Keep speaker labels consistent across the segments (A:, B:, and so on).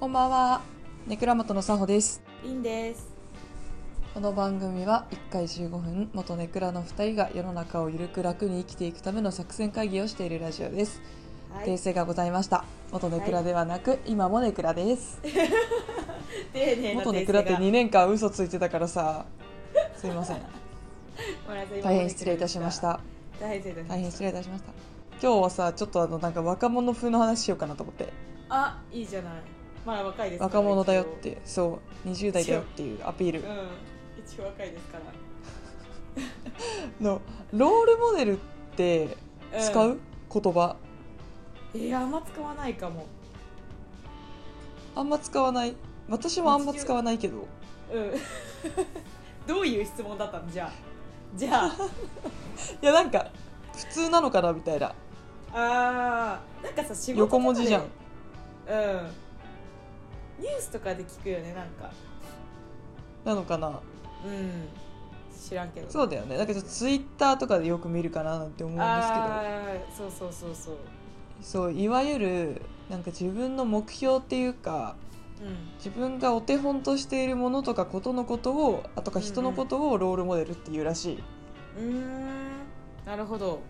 A: こんばんは。ネクラ元のさほです。
B: インです。
A: この番組は1回15分、元ネクラの2人が世の中をゆるく楽に生きていくための作戦会議をしているラジオです。
B: はい。
A: 訂正がございました。元ネクラではなく、今もネクラ です。
B: 丁寧な
A: 元ネ
B: 訂
A: ク
B: 正
A: ラ
B: が
A: って2年間嘘ついてたから さ。すいません。
B: ごめんなさい
A: 大変失礼いたしまし。た。
B: 大変失礼いたしま
A: 大変
B: し
A: 失礼いたしました。今日はさ、ちょっとあのなんか若者風の話しようかなと思って。
B: た。あ、いいじゃない。まだ若いですから。
A: 若者だよって、そう、20代だよっていうアピール
B: 一応。う。ん。一応若いですから。
A: のロールモデルって
B: ん
A: 使う、言葉
B: えー、あんま使わないかも。
A: あんま使わない私もあんま使わないけど
B: うん。 どういう質問だったのじゃあ。じゃ あ。
A: いやなんか普通なのかなみたいな
B: あーなんかさ仕事とか
A: 横
B: で
A: 文字じゃん
B: うんニュースとかで聞くよねなんか
A: なのかな
B: うん知らんけど
A: そうだよねなんかちょっとツイッターとかでよく見るかななんて思うんですけど
B: あーそうそうそうそう
A: そういわゆるなんか自分の目標っていうか
B: うん
A: 自分がお手本としているものとかことのことをあとか人のことをロールモデルっていうらしい、
B: うーんなるほど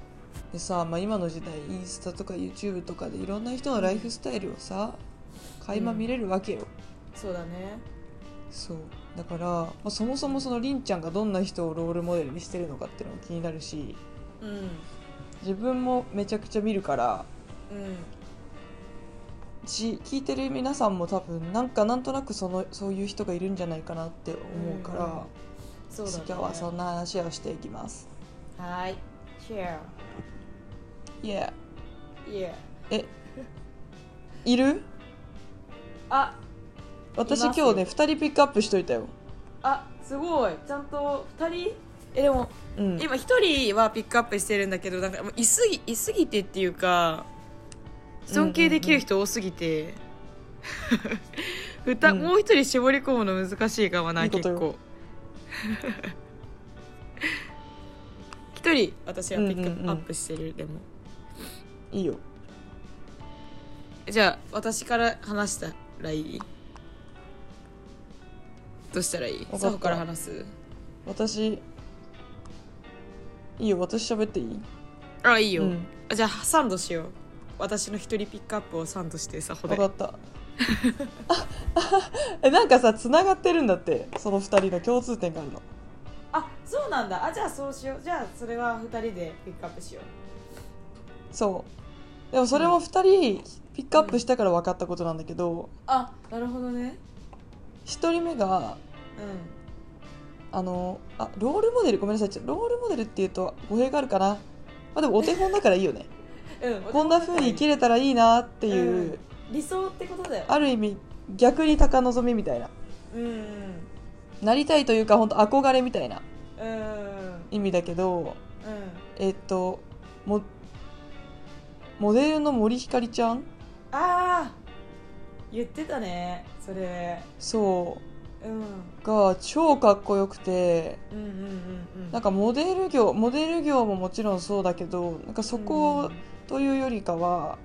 A: でさ、まあ、今の時代インスタとか YouTube とかでいろんな人のライフスタイルをさ垣間見れるわけよ、
B: そうだね
A: そうだから、まあ、そもそもそのりんちゃんがどんな人をロールモデルにしてるのかっていうのも気になるし
B: うん
A: 自分もめちゃくちゃ見るから
B: うん
A: し聞いてる皆さんも多分なんかなんとなくそのそういう人がいるんじゃないかなって思うから、
B: うんそうだね
A: 今日はそんな話をしていきます。
B: はーいシェア
A: いや
B: イエ
A: いる
B: あ
A: 私
B: いますよ
A: 今日ね2人ピックアップしといたよ。
B: あすごいちゃんと2人えでも
A: うん、
B: 今1人はピックアップしてるんだけどなんかもういすぎいすぎてっていうか尊敬できる人多すぎて、ふた
A: うん
B: もう1人絞り込むの難しいかもない
A: いこと
B: 結
A: よ
B: 構一人私はピックアップしてる、でも
A: いいよ。
B: じゃあ私から話したらいいどうしたらいい
A: かった
B: サホから話す
A: 私いいよ私喋っていい
B: あいいよ、
A: うん
B: あじゃあサンドしよう私の一人ピックアップをサンドしてサホ
A: 分
B: で
A: か ったえなんかさつながってるんだってその2人の共通点があるの
B: あそうなんだあじゃあそうしようじゃあそれは2人でピックアップしよう
A: そうでもそれも2人ピックアップしたから分かったことなんだけど
B: あなるほどね
A: 1人目が
B: う
A: あのあロールモデルごめんなさいちょロールモデルっていうと語弊があるかな、まあ、でもお手本だからいい よね
B: んうん
A: こんな風に生きれたらいいなっていう、
B: うん理想ってことだよ
A: ある意味逆に高望みみたいな
B: うんうん
A: なりたいというか本当憧れみたいな
B: うん
A: 意味だけど
B: うん
A: えっともモデルの森ひかりちゃん
B: あー言ってたねそれ
A: そ
B: うん
A: うが超かっこよくて
B: うんうんうんうん
A: なんかモデル業モデル業ももちろんそうだけどなんかそこというよりかは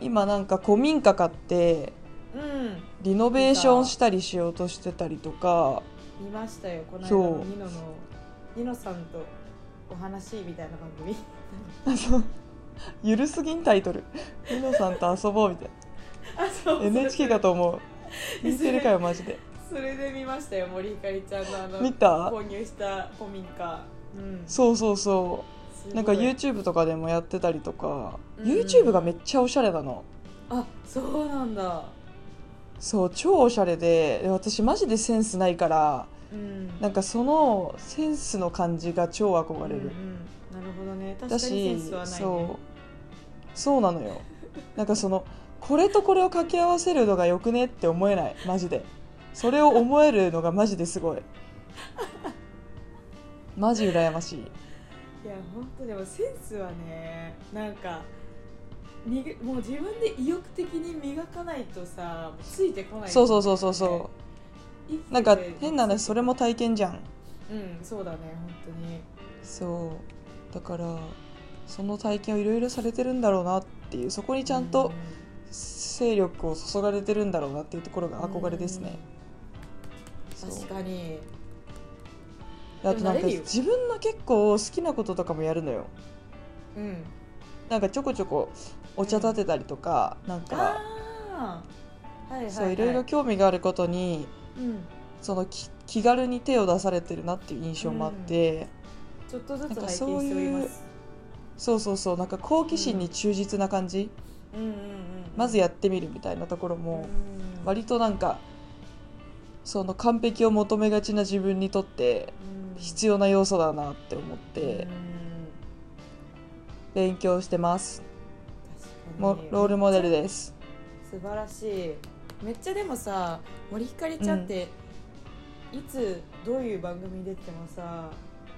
A: 今なんか古民家買って
B: うん、うんうん
A: リノベーションしたりしようとしてたりとか
B: 見ましたよこの間
A: そう
B: のニノのニノさんとお話みたいな番 組
A: ゆるすぎんタイトル 「みのさんと遊ぼう」みたい
B: あそう
A: な NHK かと思う見てるかよマジで
B: それで見ましたよ森ひかりちゃんのあの
A: 見た
B: 購入した古民家うん
A: そうそうそ
B: すご
A: う
B: い
A: なんか YouTube とかでもやってたりとか
B: うん
A: YouTube がめっちゃおしゃれなの
B: あそうなんだ
A: そう超おしゃれでで私マジでセンスないから
B: うん
A: なんかそのセンスの感じが超憧れ
B: うんう
A: る、
B: んなるほどね確か
A: だ
B: に
A: し
B: センスはないね
A: そうそうなのよなんかそのこれとこれを掛け合わせるのがよくねって思えないマジでそれを思えるのがマジです ごいマジ羨ましい
B: いや本当でもセンスはねなんかみぐもう自分で意欲的に磨かないとさついてこない
A: そうそうそうそうそう
B: 生きてて
A: なんか変なねそれも体験じゃん
B: うんそうだね本当に
A: そうだからその体験をいろいろされてるんだろうなっていうそこにちゃんと
B: う
A: 勢力を注がれてるんだろうなっていうところが憧れですね。そう
B: 確かに
A: であとなん
B: でも慣
A: か
B: れるよ
A: 自分の結構好きなこととかもやるのよ。
B: うん
A: なんかちょこちょこお茶立てたりとかなんか
B: ああはいはい、はい、
A: そういろいろ興味があることに
B: うん
A: そのき気軽に手を出されてるなっていう印象もあって、
B: ちょっとずつ
A: なん
B: 拝
A: か
B: 見して
A: そ
B: お
A: う
B: り
A: いう
B: ます
A: そうそうそうなんか好奇心に忠実な感じ、
B: うんうんうん
A: まずやってみるみたいなところも
B: うん
A: 割となんかその完璧を求めがちな自分にとって
B: うん
A: 必要な要素だなって思って
B: うん
A: 勉強してます。
B: 確
A: も
B: かに
A: ロールモデルです。
B: 素晴らしいめっちゃでもさ森ひかりちゃんって、いつどういう番組に出てもさ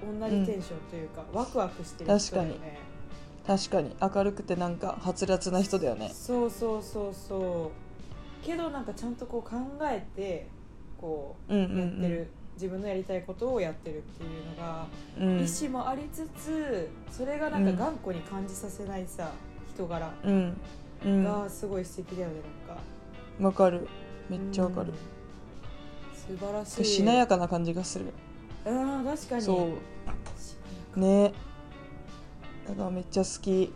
B: 同じテンションというか、ワクワクしてる人だよね
A: 確確かに明るくてなんかはつらつな人だよね。
B: そうそうそうそうけどなんかちゃんとこう考えてこ
A: うんう
B: うやっ
A: ん
B: てる、自分のやりたいことをやってるっていうのが、
A: うん。うん
B: 意思もありつつそれがなんか頑固に感じさせないさ人柄
A: うんうん
B: がすごい素敵だよねなんか
A: わかるめっちゃわかる、
B: うん素晴らしい
A: しなやかな感じがする
B: うん確かに
A: そう
B: し
A: ねだからめっちゃ好き、
B: なや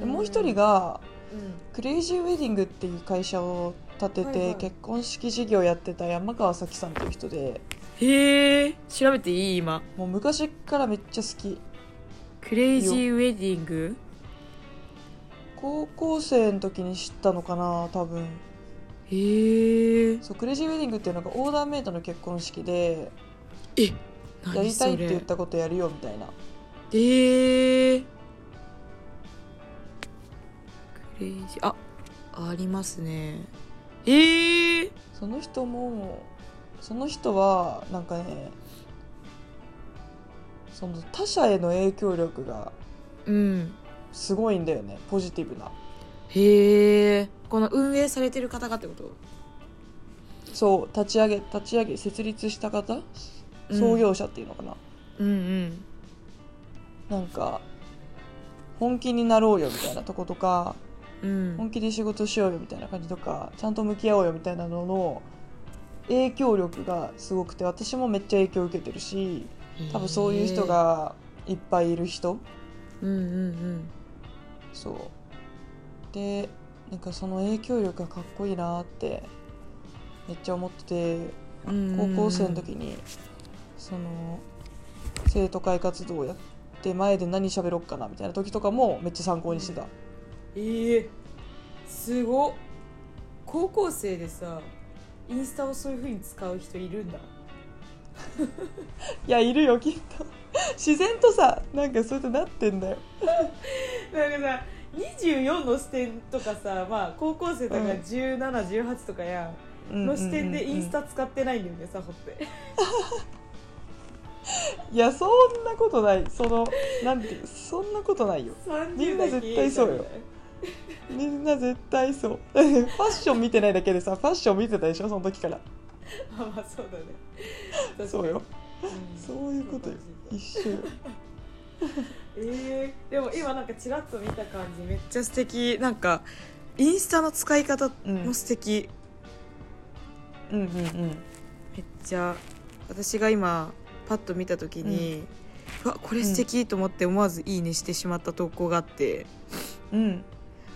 A: で
B: か
A: もう一人、が
B: うん
A: クレイジーウェディングっていう会社を立てて、
B: はいはい
A: 結婚式事業やってた山川咲さんっていう人で
B: へえ調べていい今
A: もう昔からめっちゃ好き
B: クレイ
A: ジー
B: ウェディング
A: 高校生の時に知ったのかな多分
B: へえ
A: そうクレイジーウェディングっていうのがオーダーメイドの結婚式で
B: え
A: やりたいって言ったことやるよみたいな
B: えー、クレイジーあありますねえー、
A: その人もその人はなんかねその他者への影響力が
B: うん
A: すごいんだよねポジティブな
B: へえこの運営されてる方がってこと
A: そう立ち上げ立ち上げ設立した方
B: うん
A: 創業者っていうのかな、
B: うんうん
A: なんか本気になろうよみたいなとことか
B: うん
A: 本気で仕事しようよみたいな感じとかちゃんと向き合おうよみたいなのの影響力がすごくて私もめっちゃ影響受けてるし多分そういう人がいっぱいいる人
B: うんうん
A: そうでなんかその影響力がかっこいいなってめっちゃ思ってて
B: うん
A: 高校生の時にその生徒会活動をやって前で何喋ろっかなみたいな時とかもめっちゃ参考にしてた
B: ええすごっ高校生でさインスタをそういうふうに使う人いるんだ
A: いやいるよきっと 自然とさなんかそうやってなってんだよ
B: なんかさ24の視点とかさまあ高校生とか
A: うん
B: 1718とかやんの視点でインスタ使ってないんだよねサホって
A: いやそんなことないそのなんてそんなことないよみ
B: 30
A: んな
B: 代
A: 絶対そうよみんな絶対そう ファッション見てないだけでさファッション見てたでしょその時から
B: まあまあそうだね確かに
A: そうよ
B: ん
A: そういうことよ
B: そうかもし
A: 一緒よ
B: れないええでも今なんかちらっと見た感じめっちゃ素敵なんかインスタの使い方も素敵、
A: うんうんうん
B: めっちゃ私が今パッと見た時に、うわこれ素敵と思って思わず「いいね」してしまった投稿があって、
A: うん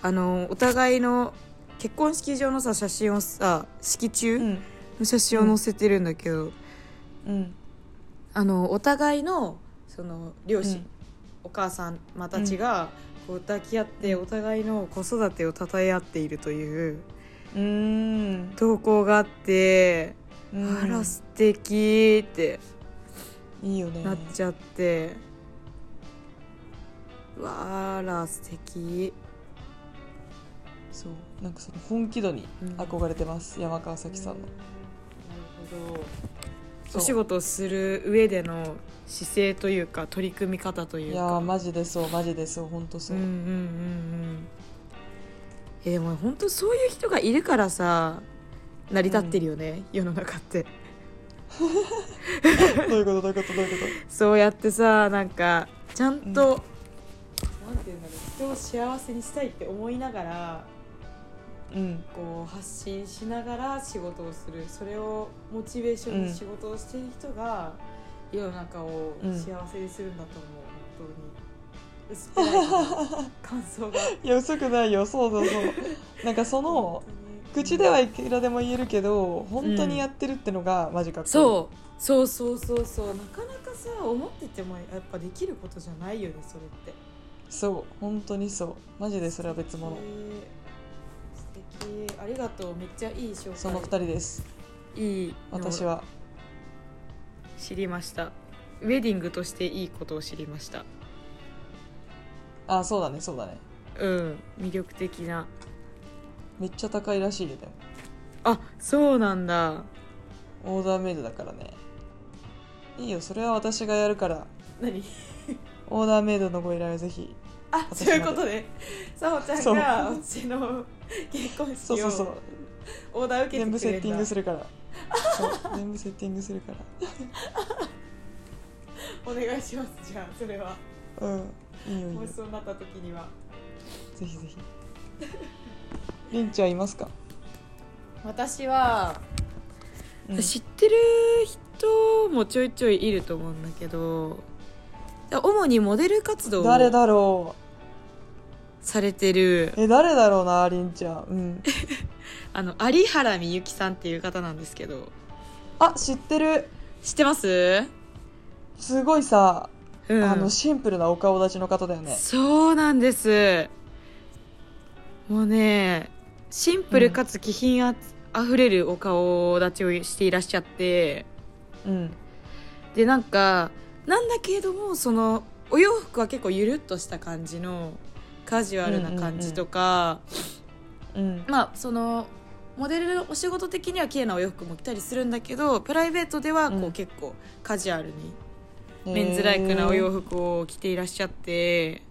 B: あのお互いの結婚式場のさ写真をさ式
A: う
B: 中
A: ん
B: の写真を載せてるんだけど、
A: うん
B: あのお互いのその両
A: う
B: 親、
A: ん
B: お母さんまたちが、こう抱き合って
A: うん
B: お互いの子育てをたたえ合っているという
A: うーん
B: 投稿があって、
A: うん
B: あら素敵って
A: いいよね
B: なっちゃって、うわあら素敵
A: そうなんかその本気度に憧れてます、山川咲さんの、
B: うんなるほど
A: そう
B: お仕事をする上での姿勢というか取り組み方とい
A: いうや
B: か
A: ーマジでそうマジでそう本当そうう、
B: んうんうんうんえでも本当そういう人がいるからさ成り立ってるよね、世の中って
A: どういうことどういうことどういうこ
B: そうやってさなんかちゃんと、なんていうんだろう人を幸せにしたいって思いながら
A: とうん
B: こう発信しながら仕事をするそれをモチベーションに仕事をしている人が世の中を幸せにするんだと思う、本当に薄っぺらい感 想が
A: いや薄くないよそうそう そうなんかその
B: 本当に
A: 口ではいくらでも言えるけど本当にやってるってのがマジかっこいい、
B: そうそうそうそうそうなかなかさ思っててもやっぱできることじゃないよねそれって
A: そう本当にそうマジでそれは別物
B: へえ素敵ありがとうめっちゃいい紹介
A: その二人です
B: いい
A: 私は
B: 知りましたウェディングとしていいことを知りました
A: あそうだねそうだね
B: うん魅力的な
A: めっちゃ高いらしいよで
B: あそうなんだ
A: もオーダーメイドだからねいいよそれは私がやるから
B: 何
A: オーダーメイドのご依頼はぜひ
B: あ
A: 私
B: そういうことでさほちゃんが
A: そう
B: うちの結婚
A: そう
B: 式
A: そうそう
B: をオーダー受け
A: 全部
B: てく
A: セ
B: れ
A: ッ
B: ん
A: ティン
B: だ
A: グする からそう全部セッティングするか
B: お願いしますじゃあそれは
A: らうんいいよいいよ
B: もしそうなった時には
A: ぜひぜひりんちゃんいますか、
B: 私は
A: うん
B: 知ってる人もちょいちょいいると思うんだけど主にモデル活動を
A: 誰だろ
B: されてる
A: うえ誰だろうなりんちゃんうん
B: あの有原みゆきさんっていう方なんですけど
A: あ知ってる
B: 知ってます、
A: すごいさ、
B: うん、
A: あのシンプルなお顔立ちの方だよね
B: そうなんですもうねシンプルかつ気品あ,、ふれるお顔立ちをしていらっしゃって
A: うん
B: でなんかなんだけれどもそのお洋服は結構ゆるっとした感じのカジュアルな感じとか、
A: うん
B: まあそのモデルのお仕事的には綺麗なお洋服も着たりするんだけどプライベートではこう、
A: うん
B: 結構カジュアルにメンズライクなお洋服を着ていらっしゃって
A: え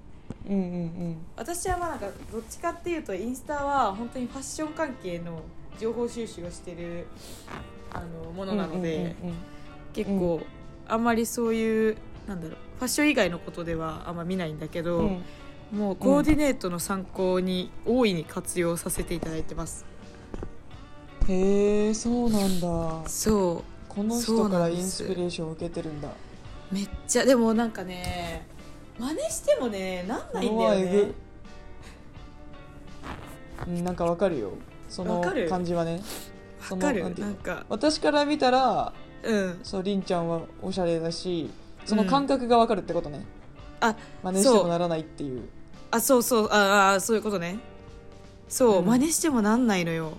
A: ーうんうん
B: 私はまあなんかどっちかっていうとインスタは本当にファッション関係の情報収集をしてるあのも
A: うん
B: のなので、
A: うんうん
B: 結構あんまりそういうなんだろうファッション以外のことではあんま見ないんだけど、
A: うんうん
B: もうコーディネートの参考に大いに活用させていただいてます、
A: へえそうなんだ
B: そ
A: この
B: そ
A: 人
B: う
A: か
B: な
A: ら
B: ん
A: イ
B: で
A: ン
B: す
A: スピレーションを受けてるんだ
B: うめっちゃでもなんかね真似してもねなんないんだよ
A: うわえ
B: ね
A: うんなんかわかるよその
B: わかる
A: 感じはね
B: わか
A: そのな
B: る
A: んていう
B: な
A: の
B: んか
A: 私から見たら
B: うん
A: そうりんちゃんはおしゃれだしその感覚がわかるってことね、
B: あ
A: 真似してもならないっていう
B: あそうそうああそういうことねそう、
A: うん
B: 真似してもなんないのよ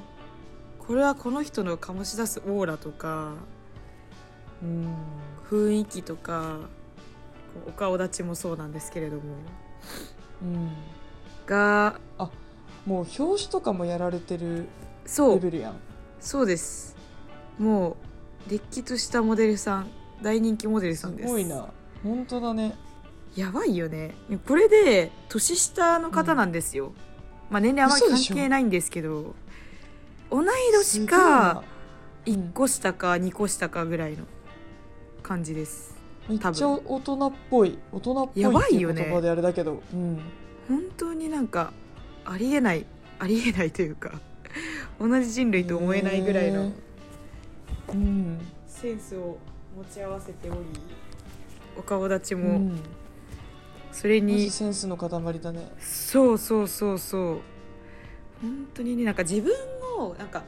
B: これはこの人の醸し出すオーラとか
A: うん
B: 雰囲気とかこうお顔立ちもそうなんですけれども
A: うん
B: が
A: もう表紙とかもやられてる
B: そ
A: レ
B: う
A: ベルやん
B: そうですもうれっきとしたモデルさん大人気モデル
A: す
B: さんです
A: ごいな本当だね
B: やばいよねこれで年下の方なんですよ、まあ年齢あまり
A: 嘘でしょ
B: 関係ないんですけど同い年
A: すごい
B: か
A: な
B: 1個下か2個下かぐらいの感じです
A: めっちゃ
B: 多
A: 大人っぽい大人っぽい
B: やば
A: って
B: い
A: い
B: よ
A: う
B: ね
A: 言葉であれだけど、うん、
B: 本当になんかありえないありえないというか同じ人類と思えないぐらい
A: へ
B: の
A: ーうん
B: センスを持ち合わせておりお顔立ち
A: う
B: も
A: ん
B: それ
A: マ
B: に、
A: ジセンスの塊だね
B: そうそうそうそう本当にねなんか自分をなんか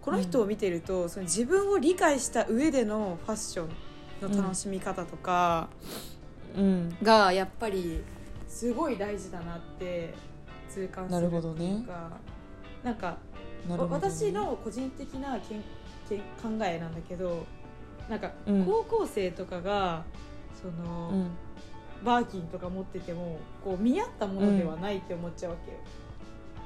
B: この人を見てると、その自分を理解した上でのファッションの楽しみ方とか、
A: うん
B: がやっぱりすごい大事だなって痛感す
A: な
B: る
A: る
B: ってい
A: ほ
B: うか
A: どね
B: なんか
A: なるほどね
B: 私の個人的なけんけん考えなんだけどなんか
A: うん
B: 高校生とかが、その、
A: うん
B: バーキンとか持っててもこう見合ったものではないって思っちゃうわけよ、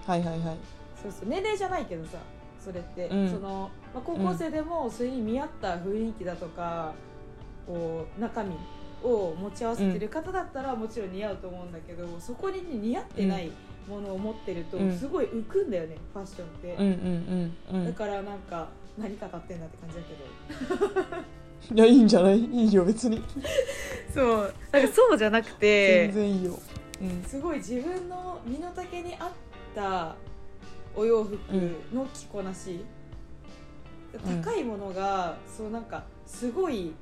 A: はいはいはい
B: そうそう年齢じゃないけどさそれって、
A: うん
B: そのまあ、高校生でもそれに見合った雰囲気だとか、こう中身を持ち合わせてる方だったらもちろん似合うと思うんだけど、そこに似合ってないものを持ってると
A: うん
B: すごい浮くんだよね、ファッションっ
A: う
B: て、
A: んうんうんう
B: だ
A: ん
B: からなんか何語ってんだって感じだけど
A: いやいいんじゃないいいよ別に、
B: そうなんかそうじゃなく
A: 全然いいよ、うん
B: すごい自分の身の丈に合ったお洋服の着こなし、
A: うん
B: 高いものがそうなんかすごい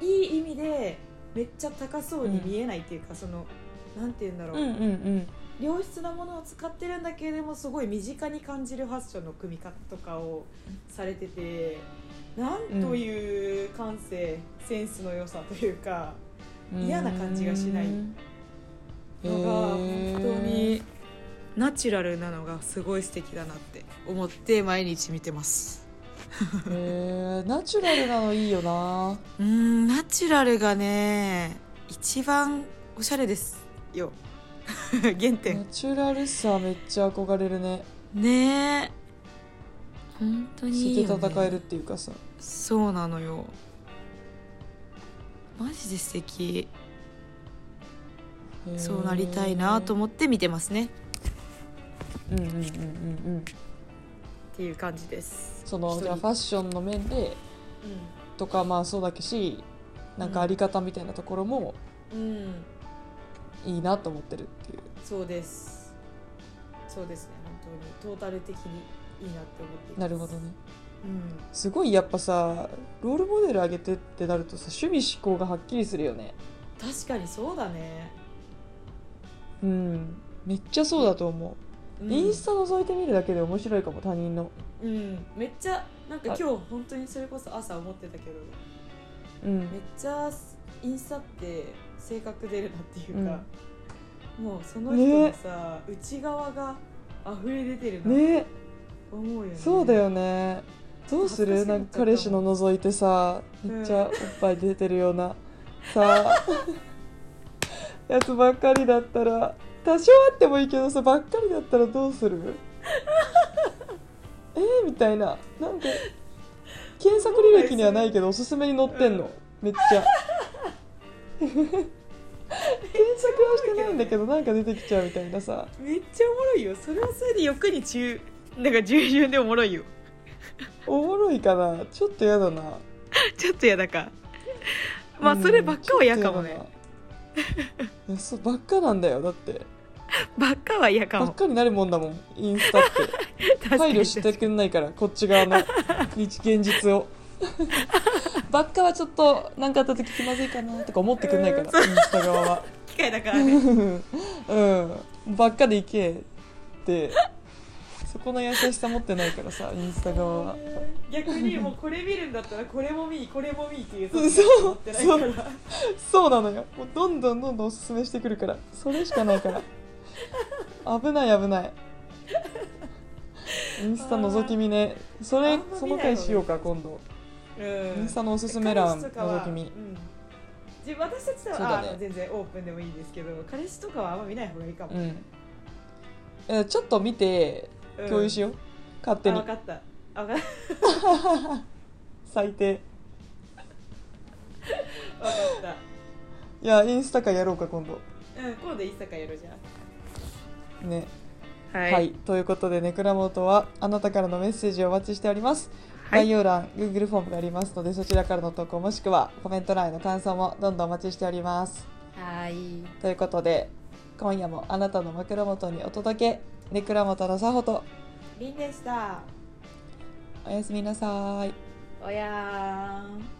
B: いい意味でめっちゃ高そうに見えないっていうか、そのなんて言うんだろう、
A: うんうん
B: 良質なものを使ってるんだけれどもすごい身近に感じるファッションの組み方とかをされててなんという感性、センスの良さというか
A: うん
B: 嫌な感じがしない
A: うんへ
B: のが
A: ー
B: 本当にナチュラルなのがすごい素敵だなって思って毎日見てます
A: へえナチュラルなのいいよな
B: うーんナチュラルがね一番おしゃれですよ 原
A: ナ
B: 点
A: チュラルさめっちゃ憧れるね
B: ねえ本当に
A: 素
B: い
A: で
B: いよね
A: 戦えるっていうかさ
B: そうなのよマジで素敵
A: へー
B: そうなりたいなと思って見てますね
A: うんうんうんうんうん
B: っていう感じです
A: その
B: 一人
A: じゃあファッションの面でとかまあそうだけしなんかあり方みたいなところも
B: うん、うん、
A: いいなと思ってるっていう
B: そうですそうですね本当にトータル的にいいなって思っています
A: なるほどね
B: うん
A: すごいやっぱさロールモデル上げてってなるとさ趣味思考がはっきりするよね
B: 確かにそうだね、
A: うんめっちゃそうだと思
B: う
A: う、
B: ん、
A: インスタ覗いてみるだけで面白いかも他人の
B: うんめっちゃなんか今
A: あ
B: 日本当にそれこそ朝思ってたけど
A: うん
B: めっちゃインスタって性格出るなっていうか、もうその人のさ、内側が溢れ出てるなって
A: ね
B: 思うよね
A: そうだよねどうす
B: 恥
A: る
B: ずか
A: な
B: しくなんっちゃっ
A: か
B: たもん
A: 彼氏の覗いてさめっちゃおっぱい出てるような、さ やつばっかりだったら多少あってもいいけどさばっかりだったらどうする えー、みたいななんか検索履歴にはないけどおすすめに載ってんの、めっち ゃ検索はしてないんだけどなんか出てきちゃうみたいなさ
B: めっちゃおもろいよそれはそれで欲に中なんか従順でおもろいよ
A: おもろいかなちょっとやだな
B: ちょっとやだかまあそればっかは嫌かも
A: う
B: ね
A: んちょっと嫌だないやそうばっかなんだよだって
B: ばっかは嫌か
A: ば
B: も
A: っかになるもんだもんインスタって
B: 確か
A: 配慮
B: に
A: してくんないからこっち側の日現実を ばっかはちょっと何かあった時気まずいかなとか思ってくんないからインスタ側は
B: 機会だからね
A: うんばっかでいけってそこの優しさ持ってないからさインスタ側は
B: 逆にもうこれ見るんだったらこれも見いこれも見いっていう
A: そう
B: 持ってないから
A: そうなのよもうどんどんどんどんおすすめしてくるからそれしかないから危ない危ないインスタ覗き見ねそ
B: あ
A: れ
B: んま見ないよね
A: その回しようか今度
B: うん
A: インスタのおすすめ欄
B: 彼氏とかは
A: 覗き見
B: うんじ私たちとは
A: そうだね
B: あの全然オープンでもいいんですけど彼氏とかはあんま見ない方がいいかも、
A: うんえちょっと見て
B: うん
A: 共有しよう、勝手
B: あ
A: に
B: 分かったあ分かっ
A: 最低
B: た分かっ
A: いやインスタ会やろうか今度
B: たうん今度いいさかやろうじゃん
A: ね
B: は
A: はい、
B: はい、
A: ということでネクラモートはあなたからのメッセージをお待ちしております概要欄、Google フォームがありますので、そちらからの投稿もしくはコメント欄への感想もどんどんお待ちしております。
B: はい
A: ということで、今夜もあなたの枕元にお届け、ネクラ元のさほと、
B: りんでした
A: おやすみなさい。
B: おやーん